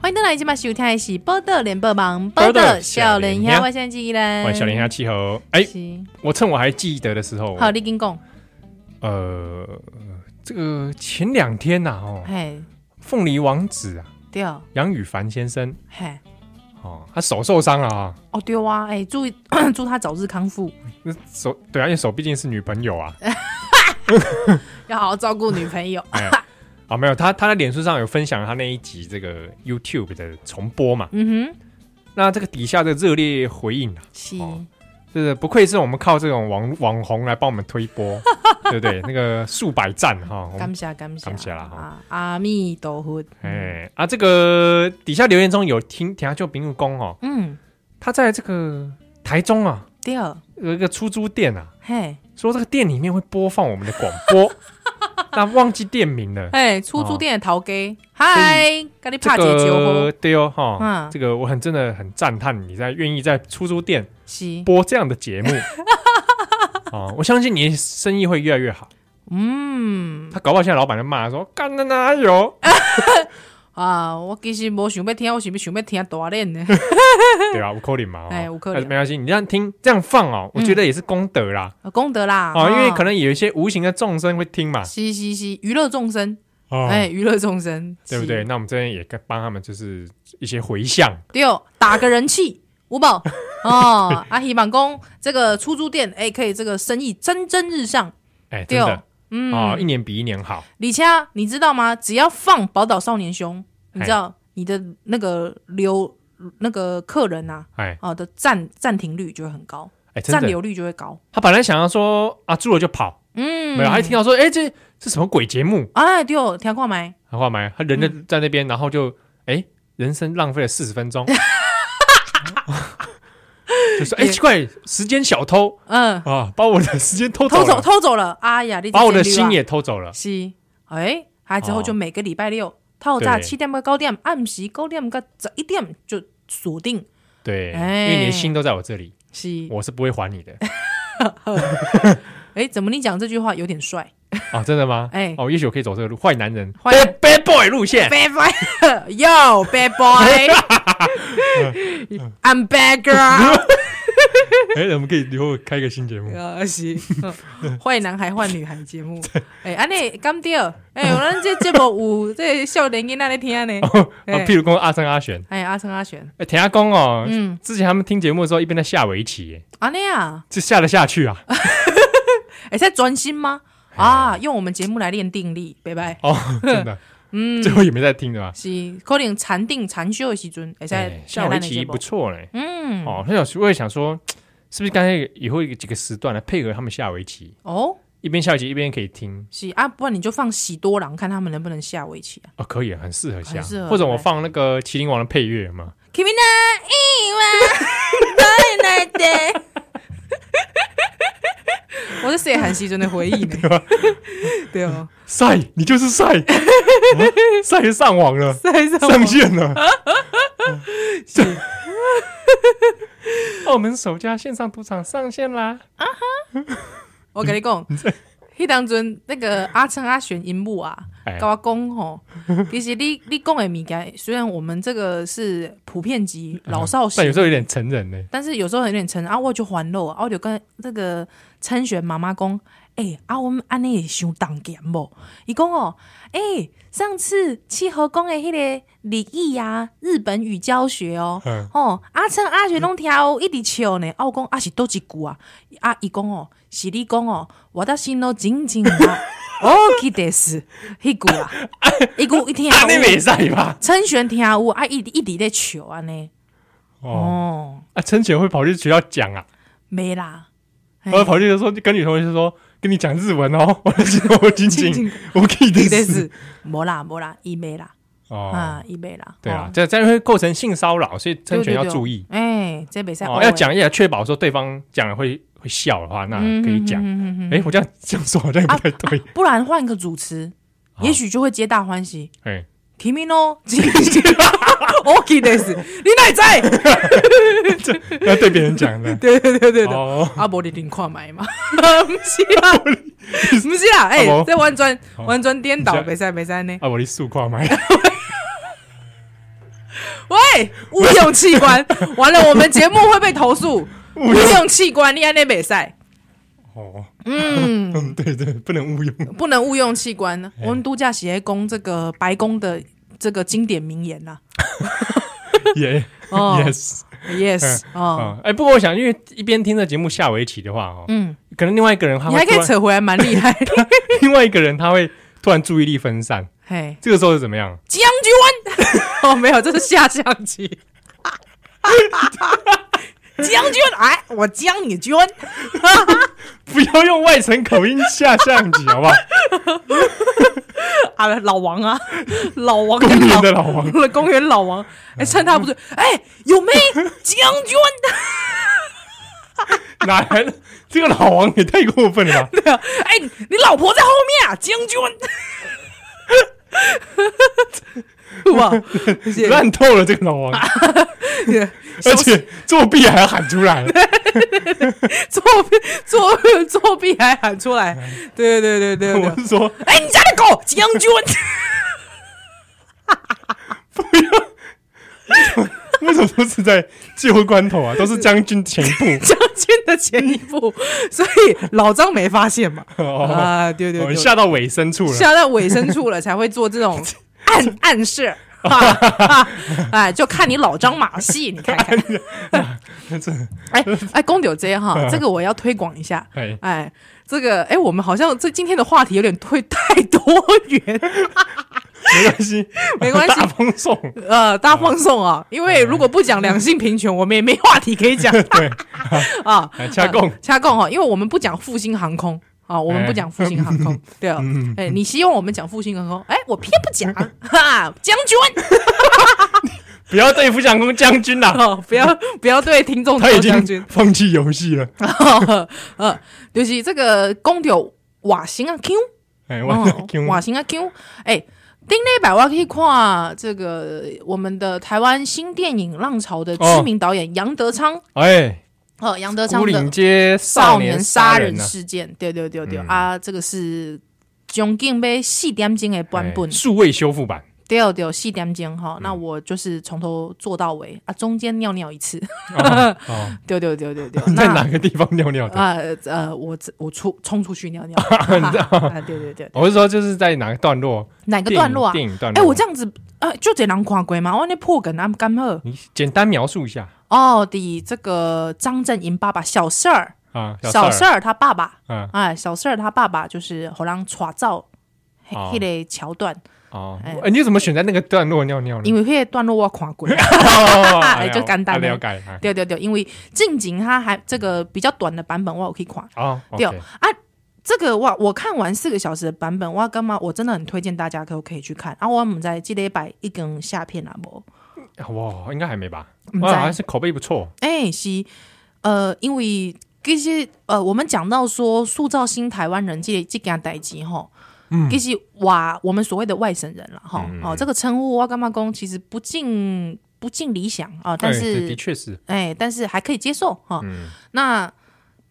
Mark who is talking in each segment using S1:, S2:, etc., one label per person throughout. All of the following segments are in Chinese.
S1: 欢迎回来今晚收听的是《报道联播网》，
S2: 报
S1: 报
S2: 道
S1: 道少年
S2: 少年
S1: 兄，
S2: 兄
S1: 我现在记人，
S2: 欢迎小林下气候。哎、
S1: 是
S2: 我趁我还记得的时候，
S1: 好，你跟讲，
S2: 呃，这个前两天呐、哦，
S1: 嘿，
S2: 凤梨王子啊，
S1: 对，
S2: 杨宇凡先生
S1: 嘿，
S2: 哦，他手受伤了啊，
S1: 哦对啊，哎， 祝祝他早日康复，
S2: 那手对啊，因为手毕竟是女朋友
S1: 哎
S2: 啊，
S1: 要好好照顾女朋友。
S2: 哎，啊没有，他他在脸书上有分享他那一集这个 YouTube 的重播嘛，
S1: 嗯
S2: 那这个底下的热烈回应啊
S1: 哼，，是，
S2: 哦就是不愧是我们靠这种网网红来帮我们推 播，对不对？那个数百赞哈、哦我们
S1: 感谢感谢
S2: 感谢啦哈
S1: 啊阿弥陀佛，
S2: 哎啊，这个底下留言中有听田下就平务工哦，
S1: 嗯，
S2: 他在这个台中啊
S1: 对，
S2: 有一个出租店啊，
S1: 嘿，
S2: 说这个店里面会播放我们的广播，那忘记店名了。
S1: 哎，出租店的头家，哦嗨，跟你
S2: 这
S1: 拍一个招
S2: 个
S1: 呼，
S2: 对哦哈，
S1: 嗯
S2: 这个我很真的很赞叹你在愿意在出租店
S1: 是，
S2: 播这样的节目。哦，我相信你的生意会越来越好。
S1: 嗯
S2: 他搞不好现在老板就骂说：“干的哪有
S1: 啊，我其实无想要听，我是不是想要听大练呢？？”
S2: 对吧？无扣脸嘛，哦
S1: 哎有可能
S2: 哦但是没关系，你这样听这样放哦，我觉得也是功德啦。
S1: 啊功德啦，
S2: 哦，因为可
S1: 能
S2: 能有一些无形的众生会听嘛，
S1: 是是是娱乐众生，
S2: 哦，
S1: 哎，娱乐众生，
S2: 对不
S1: 是
S2: 对？？那我们这边也该帮他们，就是一些回向，
S1: 对，打个人气，五 宝哦，啊，希望讲这个出租店，哎，可以这个生意蒸蒸日上，
S2: 哎，
S1: 对
S2: 真的，
S1: 嗯，
S2: 哦，一年比一年好，
S1: 李佳，你知道吗？只要放《宝岛少年兄》，你知道你的那个流那个客人呐、
S2: 哎
S1: 啊，的占占停率就会很高，
S2: 哎，真
S1: 占
S2: 的。
S1: 留率就会高。
S2: 他本来想要说啊，住了就跑，
S1: 嗯，
S2: 没有，他一听到说，哎，这这什么鬼节目？
S1: 哎，对哦，听话没？
S2: 他话没，他人就
S1: 嗯
S2: 在那边，然后就哎，人生浪费了四十 分钟，就说哎，奇怪，时间小偷
S1: 嗯，
S2: 啊，把我的时间偷
S1: 偷
S2: 走
S1: 走
S2: 了，
S1: 偷走了。哎呀，你这
S2: 把我的
S1: 贱驴啊
S2: 心也偷走了，
S1: 是哎，他之后
S2: 哦
S1: 就每个礼拜六套炸
S2: 对
S1: 七点到九点，暗时九点到十一点就锁定
S2: 对，因
S1: 哎
S2: 为你的心都在我这里，
S1: 是。
S2: 我是不会还你的。
S1: 哎，怎么你讲这句话有点 帅？
S2: 哦，真的吗？
S1: 哎
S2: 哦，也许我可以走这个路，坏男人
S1: 坏
S2: ，bad bad boy 路线
S1: Bad boy，yo bad boy，I'm bad girl。
S2: 哎，我们可以以后开个新节目。
S1: 啊是，嗯坏男孩换女孩节目， 哎，安尼干掉，哎，咱这节目有这少年囡仔咧听 呢，
S2: 啊，譬如跟阿生阿璇，
S1: 哎，阿成阿璇，
S2: 哎，田阿公哦，
S1: 嗯，
S2: 之前他们听节目的时候一边在下围棋，哎
S1: 安尼啊，
S2: 就下得下 去啊。
S1: 哎，在专心吗？啊，用我们节目来练定力，拜拜。
S2: 哦，真的，嗯，最后也没在听的嘛。
S1: 是，可能禅定禅修的时阵，会在
S2: 哎下围棋不，错嘞。
S1: 嗯，
S2: 哦，他有时我也想说，是不是刚才以后有几个时段来配合他们下围棋，
S1: 哦，
S2: 一边下围棋一边可以听。
S1: 是啊，不然你就放喜多郎，看他们能不能下围棋啊。
S2: 哦，可以，很适合下
S1: 很适合，
S2: 或者我放那个《麒麟王》的配乐嘛，
S1: 君の意はどれだって 我是谁韩熙尊的回忆 呢？对哦，
S2: 晒，你就 是晒，啊晒、就上网了，
S1: 在 上
S2: 上线 了。澳门哦首家线上赌场上线啦！
S1: 我跟你 讲，迄当阵那个阿成阿璇荧幕啊，
S2: 哎
S1: 跟我讲吼，其实你你讲的物件，虽然我们这个是普遍 级老少
S2: 啊但有
S1: 型
S2: 时，候有点成人呢、
S1: 但是有时候有点沉啊，我就还漏啊，我就跟这个参选妈妈讲，哎、啊，我们安尼会伤当咸无？伊讲哦，哎、上次七和宫的迄个礼仪啊，日本语教学哦，
S2: 嗯
S1: 哦，阿成阿学拢听有一直笑呢，啊，我讲啊是多一句啊，啊，伊讲哦，是你讲哦，我的心都紧紧 啊，哦，记得是迄句啊，迄句一听
S2: 啊，你没
S1: 有，
S2: 晒吧？
S1: 陈璇听有啊，一直一直咧笑安尼，
S2: 哦，
S1: 哦。
S2: 啊，陈雪会跑去学校讲啊，
S1: 没啦，哎
S2: 然后跑去就说跟女同学说，跟你讲日文哦，我 的心我 紧紧，我可以的
S1: 绝对
S2: 是
S1: 是没啦没啦，伊没啦
S2: 哦，
S1: 啊，伊没啦，
S2: 对啊
S1: 哦，，
S2: 这这样会构成性骚扰，所以陈雪要注意。
S1: 对对对哎，这比赛
S2: 哦，要，讲也确保说对方讲了会会笑的话，那可以讲。
S1: 嗯嗯嗯嗯嗯啊
S2: 哎、我这样这样说好像也不太对。
S1: 不然换个主持，
S2: 好
S1: 也许就会皆大欢喜。
S2: 哎、
S1: Kimi no，我记得是，你哪在？。
S2: 要对别人讲的
S1: 对对 对对对，
S2: 哦，
S1: 阿伯你顶看买嘛， 不是啦，不是啦，哎
S2: 啊无，
S1: 这完全
S2: 好
S1: 完全颠倒，
S2: 你这
S1: 比赛比赛呢，
S2: 啊，我的速跨麦，
S1: 喂，误用器 官，完了，我们节目会被投诉。误用器官，你安内北赛，
S2: 哦，
S1: 嗯，哦
S2: 嗯， 对对，不能误用。
S1: 不能误用器官。
S2: 哎
S1: 我们度假协供这个白宫的这个经典名言 呐、
S2: 也
S1: 哦
S2: yes
S1: Yes，哦，
S2: 啊，哎，不过我想，因为一边听着节目下围棋的话哦，
S1: 嗯，
S2: 可能另外一个人他
S1: 你
S2: 会
S1: 还可
S2: 突
S1: 以
S2: 然，
S1: 扯回来，蛮厉害 的。
S2: 另外一个人他会突然注意力分散，
S1: 嘿，
S2: 这个时候是怎么样？
S1: 将军， 哦，没有，这是下象棋。将军，哎，我将你军，
S2: 不要用外省口音下象棋，好不 好？
S1: 啊，老王啊，老王
S2: 公
S1: 跟
S2: 园
S1: 老
S2: 的老王，
S1: 公园老王，哎，趁他不是，哎，有没将军？
S2: 哪来的？这个老王也太过分了吧！
S1: 对啊，哎，你老婆在后面啊，将军， 是吧？是
S2: 烂透了这个老 王，而且作弊还要喊出 来，
S1: 啊作弊作作弊还喊出来，对对对对对
S2: 我
S1: 对，
S2: 是说
S1: 哎，你家的狗将军，
S2: 为什么都是在最后关头啊，都是将军前 部
S1: 将军的前一步，所以老张没发现嘛？
S2: 哦，
S1: 啊，对对
S2: 我
S1: 对，
S2: 下到尾声处了，
S1: 下到尾声处了才会做这种暗暗示。哈哈哎，就看你老张马戏，你看看。
S2: 这
S1: 哎哎，公九 J 哈，这个我要推广一下。
S2: 哎，
S1: 哎，这个哎，我们好像这今天的话题有点推太多元，
S2: 没关系，
S1: 没关系
S2: 大风送，
S1: 呃，大放送啊。因为如果不讲两性平权，我们也没话题可以讲
S2: 哎 对，
S1: 啊。
S2: 来掐供，哎
S1: 掐共哈，因为我们不讲复兴航空啊，我们不讲复兴航 空，对啊，
S2: 嗯
S1: 哎，你希望我们讲复兴航空，哎，我偏不 讲，哈，将军，
S2: 不要对付蒋公将 军啦，
S1: 哦，不要不要对听众
S2: 他
S1: 说
S2: 已
S1: 将军
S2: 经，放弃游戏了，
S1: 呃，就是这个公调瓦型啊 Q，
S2: 哎，完了
S1: 哦，
S2: Q
S1: 瓦型啊 Q，哎。丁内百我去看这个我们的台湾新电影浪潮的
S2: 哦
S1: 知名导演杨德昌，
S2: 哎，
S1: 哦，杨德昌
S2: 孤岭
S1: 的
S2: 街
S1: 少
S2: 年
S1: 年杀
S2: 人
S1: 人
S2: 啊嗯
S1: 事件，对对对对啊，这个是将近被四点钟的版本
S2: 哎，嗯数位修 复版
S1: 对哦对哦，四点钟哈，那我就是从头做到尾啊，中间尿尿一次，
S2: 哦哦
S1: 对对对对对，
S2: 在哪
S1: 那
S2: 个地方尿尿的？
S1: 啊呃呃，我我出冲出去尿 尿， 啊对对对，
S2: 我是说，就是在哪个段落？
S1: 哪个
S2: 电影
S1: 段落啊？
S2: 电影段
S1: 哎，
S2: 落。
S1: 我这样子啊，就这人看过嘛，我那破梗啊干喝
S2: 你简单描述一下
S1: 哦，的这个张振营爸爸小四儿，
S2: 啊，
S1: 小
S2: 四
S1: 四
S2: 儿
S1: 儿他爸爸，
S2: 啊，
S1: 哎，小四儿他爸爸就是互人抓走。迄
S2: 哦
S1: 迄个桥段，
S2: 哦，
S1: 哎
S2: 哎，你怎么选在那个段落尿尿呢？
S1: 因为迄个段落我看 过，
S2: 哦
S1: 哎
S2: 哎
S1: 就简单
S2: 啊
S1: 了
S2: 了解啊。
S1: 对对对，因为近景它还这个比较短的版本我有去看，
S2: 哦，
S1: 对
S2: OK
S1: 啊，这个哇，我看完四个小时的版本，哇，干嘛？我真的很推荐大家可可以去看啊！我们在这礼拜一根下片啊，无，
S2: 哇，应该还没吧？
S1: 唔知
S2: 哇，还是口碑不错。
S1: 哎、是呃，因为其实呃，我们讲到说塑造新台湾人这这件代志吼。
S2: 嗯
S1: 其实哇，我们所谓的外省人了哈，哦，这个称呼哇干嘛公其实不尽不尽理想啊，但
S2: 哎
S1: 是
S2: 的确嗯是，
S1: 哎，但是还可以接受哈。那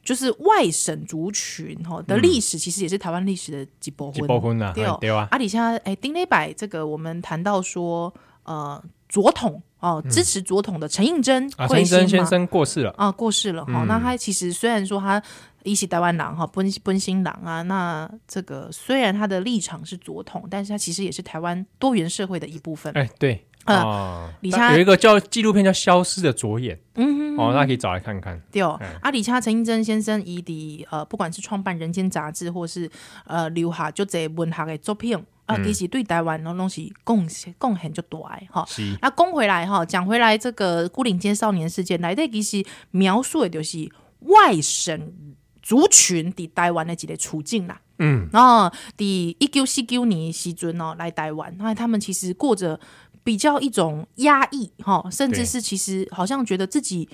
S1: 就是外省族群哈
S2: 嗯
S1: 的历史，其实也是台湾历史的几波
S2: 几
S1: 婚。
S2: 包婚啊，
S1: 对哦
S2: 哎对啊，
S1: 阿里下哎，丁磊柏这个我们谈到说，呃，左统哦，支持左统的陈应真
S2: 嗯啊，陈
S1: 贵
S2: 医
S1: 姓
S2: 生
S1: 嘛
S2: 先生过世了，
S1: 啊，过世了
S2: 嗯
S1: 哈、那他其实虽然说他一起台湾狼哈，奔奔新郎啊，那这个虽然他的立场是左统，但是他其实也是台湾多元社会的一部分。
S2: 哎，对
S1: 呃
S2: 啊
S1: 李莎
S2: 有一个叫纪录片叫《消失的左眼》，
S1: 嗯
S2: 哦，大家可以找来看看。
S1: 对哦，阿里恰陈英真先生伊伫呃，不管是创办《人间》杂志，或是呃留下就这文学的作品啊，
S2: 嗯
S1: 其实对台湾拢拢是贡献贡献就大的吼。
S2: 是，
S1: 啊，讲回来哈，讲回来这个孤岭街少年事件，来底其实描述的就是外省族群伫台湾的一个处境啦。
S2: 嗯，
S1: 哦，伫一九四九年的时阵哦，来台湾，那他们其实过着比较一种压抑哈，甚至
S2: 对
S1: 是其实好像觉得自己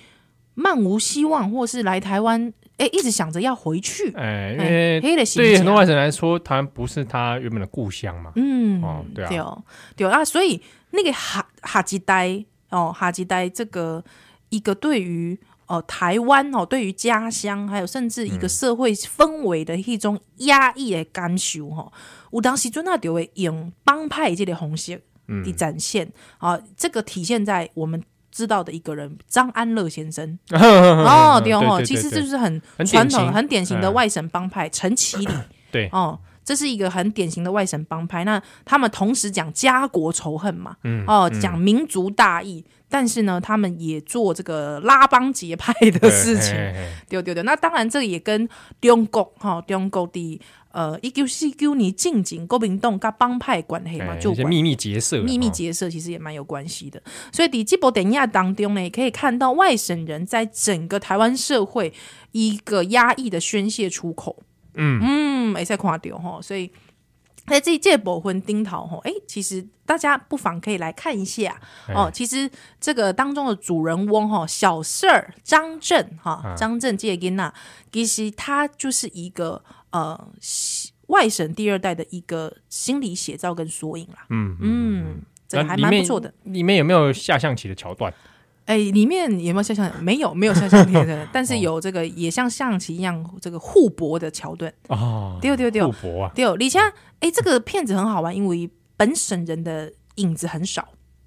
S1: 漫无希望，或是来台湾，哎、一直想着要回去，
S2: 哎，因
S1: 哎
S2: 为
S1: 黑的
S2: 对于很多
S1: 啊
S2: 外省人来说，台湾不是他原本的故乡嘛。
S1: 嗯，
S2: 哦对 啊
S1: 哦，对啊，所以那个哈哈吉呆哦，哈吉呆这个一个对于哦台湾哦，对于家乡，还有甚至一个社会氛围的一种压抑的感受吼、哦，有当时阵啊就会用帮派这个方式。的展现啊，这个体现在我们知道的一个人张安乐先生哦，对哦，其实这就是很
S2: 很
S1: 传
S2: 典
S1: 统、
S2: 型，
S1: 很典型的
S2: 嗯
S1: 外省帮派陈其礼
S2: 对
S1: 哦。这是一个很典型的外省帮派，那他们同时讲家国仇恨嘛，
S2: 嗯
S1: 哦，讲民族大义，但是呢，他们也做这个拉帮结派的事情，
S2: 嘿嘿嘿
S1: 对对对，那当然这也跟中国哈、中国的呃一九四九年进前国民党跟帮派关系嘛，
S2: 哎
S1: 就
S2: 一些
S1: 管
S2: 秘密结社，
S1: 秘密
S2: 哦
S1: 结社其实也蛮有关系的。所以，在这部电影啊当中呢，也可以看到外省人在整个台湾社会一个压抑的宣泄出口。
S2: 嗯
S1: 嗯，也在看到哈，所以。在这这部分丁桃吼，哎、其实大家不妨可以来看一下哦
S2: 哎。
S1: 其实这个当中的主人翁哈，小 Sir 张震
S2: 啊
S1: 哈，张震这个囡仔，其实他就是一个呃西外省第二代的一个心理写照跟缩影啦。
S2: 嗯嗯，
S1: 嗯，这个
S2: 那
S1: 还
S2: 里
S1: 蛮不
S2: 面
S1: 错的。
S2: 里面有没有下象棋的桥段？
S1: 哎，里面有没有像象？没有，没有像象 棋的，但
S2: 哦
S1: 是有这个也像象棋一样这个互搏的桥段。
S2: 哦，
S1: 对对对
S2: 互搏啊，
S1: 对，而且哎，这个片子很好玩，因为本省人的影子很少，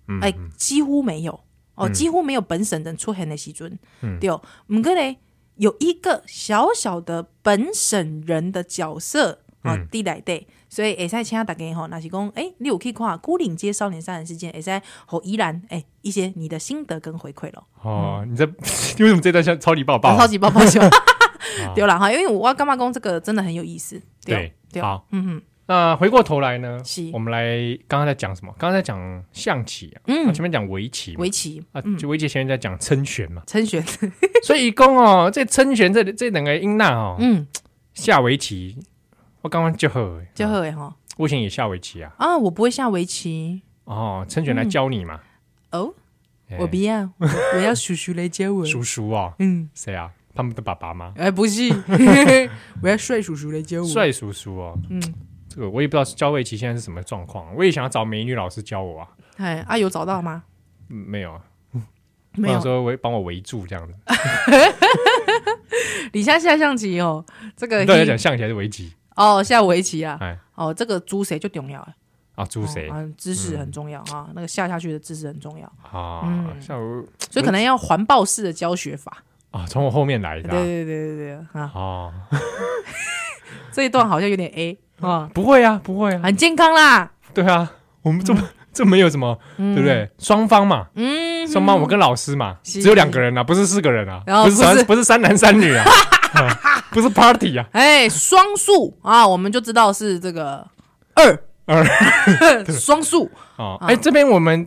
S2: 嗯
S1: 哎，几乎没有哦，几乎没有本省人出现的时阵。
S2: 嗯
S1: 对，唔过嘞，有一个小小的本省人的角色啊，
S2: 嗯
S1: 地来对。所以，会使请大家吼，若是讲，诶、你有去看《孤岭街少年杀人事件》，会使吼依然诶、一些你的心得跟回馈咯。
S2: 哦，
S1: 嗯
S2: 你这 为什么这段像超级爆爆
S1: 我
S2: 啊？
S1: 超级爆爆 笑。对啦哈，因为我干妈公这个真的很有意思。
S2: 对，
S1: 对，
S2: 好，
S1: 嗯
S2: 那回过头来呢
S1: 是，
S2: 我们来刚刚在讲什么？刚刚在讲象棋啊，
S1: 嗯
S2: 啊
S1: 嗯，
S2: 前面讲围棋嘛，
S1: 围嗯棋
S2: 啊，就围棋前面在讲称旋嘛，
S1: 参选，
S2: 所以一共哦，这称旋这这两个音呐哦，
S1: 嗯，
S2: 下围棋，我刚刚就和
S1: 就好诶哈。
S2: 我以前也下围棋啊，
S1: 啊，我不会下围棋
S2: 哦，称旋来教你嘛，
S1: 哦，
S2: 哎
S1: 我不要，我我要叔叔来教我。
S2: 叔叔哦，
S1: 嗯，
S2: 谁啊？他们的爸爸吗？
S1: 哎、不 是，我要帅叔叔来教我。，
S2: 帅叔叔哦，
S1: 嗯，
S2: 这个我也不知道教围棋现在是什么状况，啊我也想要找美女老师教我啊，
S1: 哎，啊，有找到吗？
S2: 嗯没有啊，
S1: 没有。
S2: 说围帮我围住这样子。
S1: 李下下象棋哦，这个
S2: 你到底在讲象棋还是围棋？
S1: 哦下围棋啊
S2: 哎，
S1: 哦，这个猪谁就重要了。
S2: 啊，猪谁嗯
S1: 哦啊，姿势很重要、啊，那个下下去的姿势很重要，
S2: 啊？
S1: 嗯
S2: 像我
S1: 所以可能要环抱式的教学法。
S2: 啊，从我后面来的
S1: 对
S2: 啊
S1: 对对对对啊！
S2: 啊，
S1: 这一段好像有点 A 啊，
S2: 不会啊，不会啊，
S1: 很健康啦。
S2: 对啊，我们这么 这没有什么，对不对？双方嘛，
S1: 嗯，
S2: 双方我跟老师嘛，
S1: 是
S2: 只有两个人啊，不是四个人啊，
S1: 然后
S2: 不是
S1: 不是
S2: 三不是三男 三女啊，啊不是 party 啊，
S1: 哎，双数啊，我们就知道是这个二
S2: 二
S1: 双数。
S2: 哦，哎，这边我们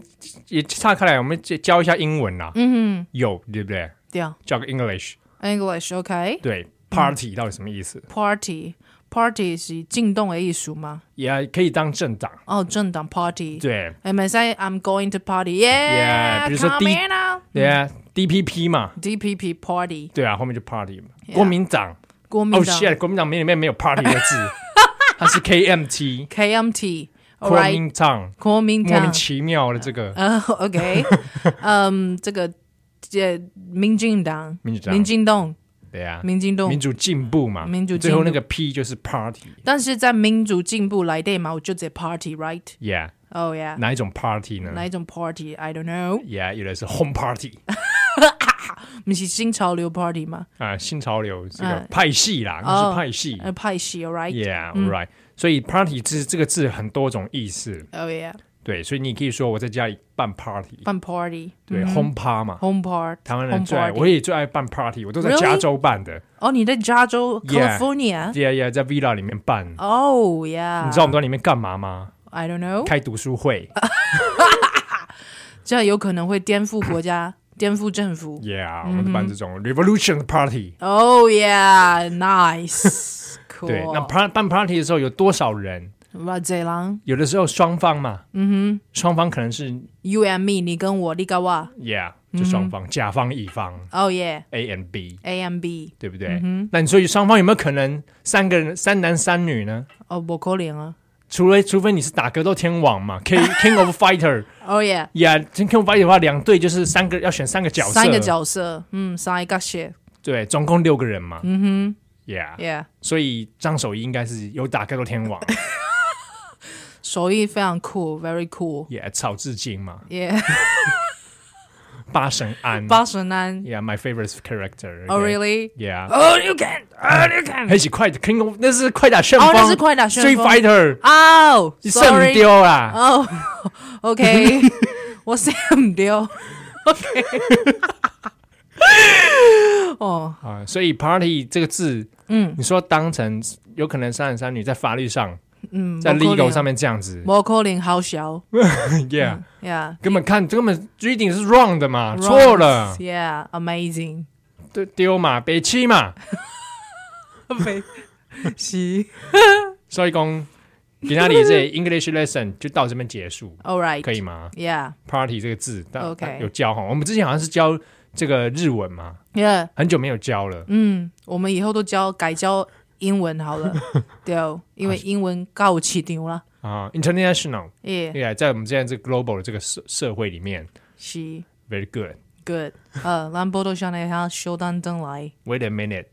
S2: 也岔开来，我们教教一下英文啦，
S1: 嗯，
S2: 有对不对？
S1: 对啊
S2: 教个 English，
S1: ，English 哎 OK
S2: 对
S1: 嗯
S2: party 到底什么意思？
S1: party party 是进动的艺术吗？
S2: 也可以当政党，
S1: 哦，政党 party。
S2: 对
S1: 哎，没在 I'm going to party，yeah，
S2: Yeah，比如说
S1: come
S2: D-
S1: in 啊
S2: 对啊，DPP 嘛，
S1: ，DPP party，
S2: 对啊，后面就 party 嘛。
S1: Yeah
S2: 国民党，
S1: 国民
S2: 哦
S1: 党
S2: shit，国民党名里面没有 party 的 字，它是 KMT，
S1: KMT，
S2: 国
S1: right，
S2: 民党，
S1: 国民
S2: 莫名
S1: 党。
S2: 其妙的这个
S1: 呃，OK，嗯，这个这民进党，
S2: 民进党
S1: 民进党，
S2: 对啊，
S1: 民进党
S2: 民主进步嘛，
S1: 民主进步
S2: 最后那个 P 就是 party，yeah，
S1: 但是在民主进步来的嘛，我就这 party，right？Oh yeah，
S2: 哪一种 party 呢
S1: 哪一种 party？I don't know，
S2: ？yeah，有的是 home party
S1: 你是新潮流 party 吗？
S2: 啊，新潮流这个
S1: 嗯
S2: 派系啦，那
S1: 哦
S2: 是派系
S1: 呃，嗯派系，right？Oh
S2: ，yeah，right，所以 party 字这个字很多种意思，
S1: Oh yeah，
S2: 对，所以你可以说我在家里办 party，
S1: 办 party，
S2: 对，home par 嘛，
S1: 嗯，home part，
S2: 台湾
S1: home
S2: 人最爱，
S1: party
S2: 我也最爱办 party，我都在
S1: Really？
S2: 加州办的。
S1: 哦，你在加州
S2: Yeah
S1: California？
S2: Yeah Yeah，在 villa 里面办。
S1: Oh yeah，
S2: 你知道我们在里面干嘛吗？
S1: ？I don't know，
S2: 开读书 会。
S1: 这有可能会颠覆国 家，颠覆政府。
S2: Yeah，我们办这种 revolution party。
S1: Oh yeah，nice，cool。
S2: 对，那 par 办 party 的时候有多少人？
S1: 哇，这狼
S2: 有的时候双方嘛，嗯哼，双方可能是
S1: ，you and me，你跟我，你跟我
S2: Yeah，就双方，甲方乙方
S1: ，Oh yeah，A
S2: A and B，
S1: and B，
S2: 对不对？那你说双方有没有可能三个人三男三女呢？
S1: 哦，不可能啊
S2: 除非除非你是打格斗天王 嘛，King King of Fighter。
S1: ，Oh yeah，
S2: Yeah，King of Fighter 的话，两队就是三个要选三个角色，
S1: 三个角色，嗯，三个角色
S2: 对，总共六个人嘛。嗯哼，Yeah。
S1: ，Yeah，
S2: 所以张守一应该是有打格斗天王，
S1: 手艺非常酷，very cool，
S2: 也草至今嘛，
S1: 耶、
S2: 八神庵
S1: 八神庵
S2: Yeah，my favorite character.
S1: ，Oh really？
S2: Yeah，
S1: Oh, you can! Oh, you can!
S2: 很喜快的 King of，那是快打旋
S1: 哦
S2: 风，，
S1: 那是快打旋
S2: Street
S1: 风。
S2: Fighter，
S1: 哦
S2: 你射不
S1: ，sorry。
S2: 丢啦。
S1: 哦，OK，我 射唔掉。OK。哦，
S2: 啊，所以 party 这个字，
S1: 嗯
S2: 你说当成有可能三男三女在法律上，
S1: 嗯，
S2: 在
S1: 无可能
S2: legal 上面这样子
S1: 无可能好小
S2: ，Yeah，
S1: 嗯，Yeah，
S2: 根本看根本 reading 是 wrong 的嘛，错了，
S1: ，Yeah，amazing，
S2: 对丢嘛，北七嘛，
S1: 是
S2: 所以讲给那里这 English lesson 就到这边结束，
S1: ，All
S2: 可以吗
S1: right，Yeah，Yeah，
S2: ？Party 这个字但
S1: OK
S2: 但有教哈，我们之前好像是教这个日文嘛，很久没有教了。
S1: 嗯，我们以后都教改教英文好了，对，哦因为英文够市场啦，
S2: 啊、i n t e r n a t i o n a l
S1: 耶，
S2: yeah, 在我们现在这个 global 的这个社社会里面
S1: 是
S2: ，very good。
S1: good，呃，咱报道上来下小等等来。
S2: Wait a minute，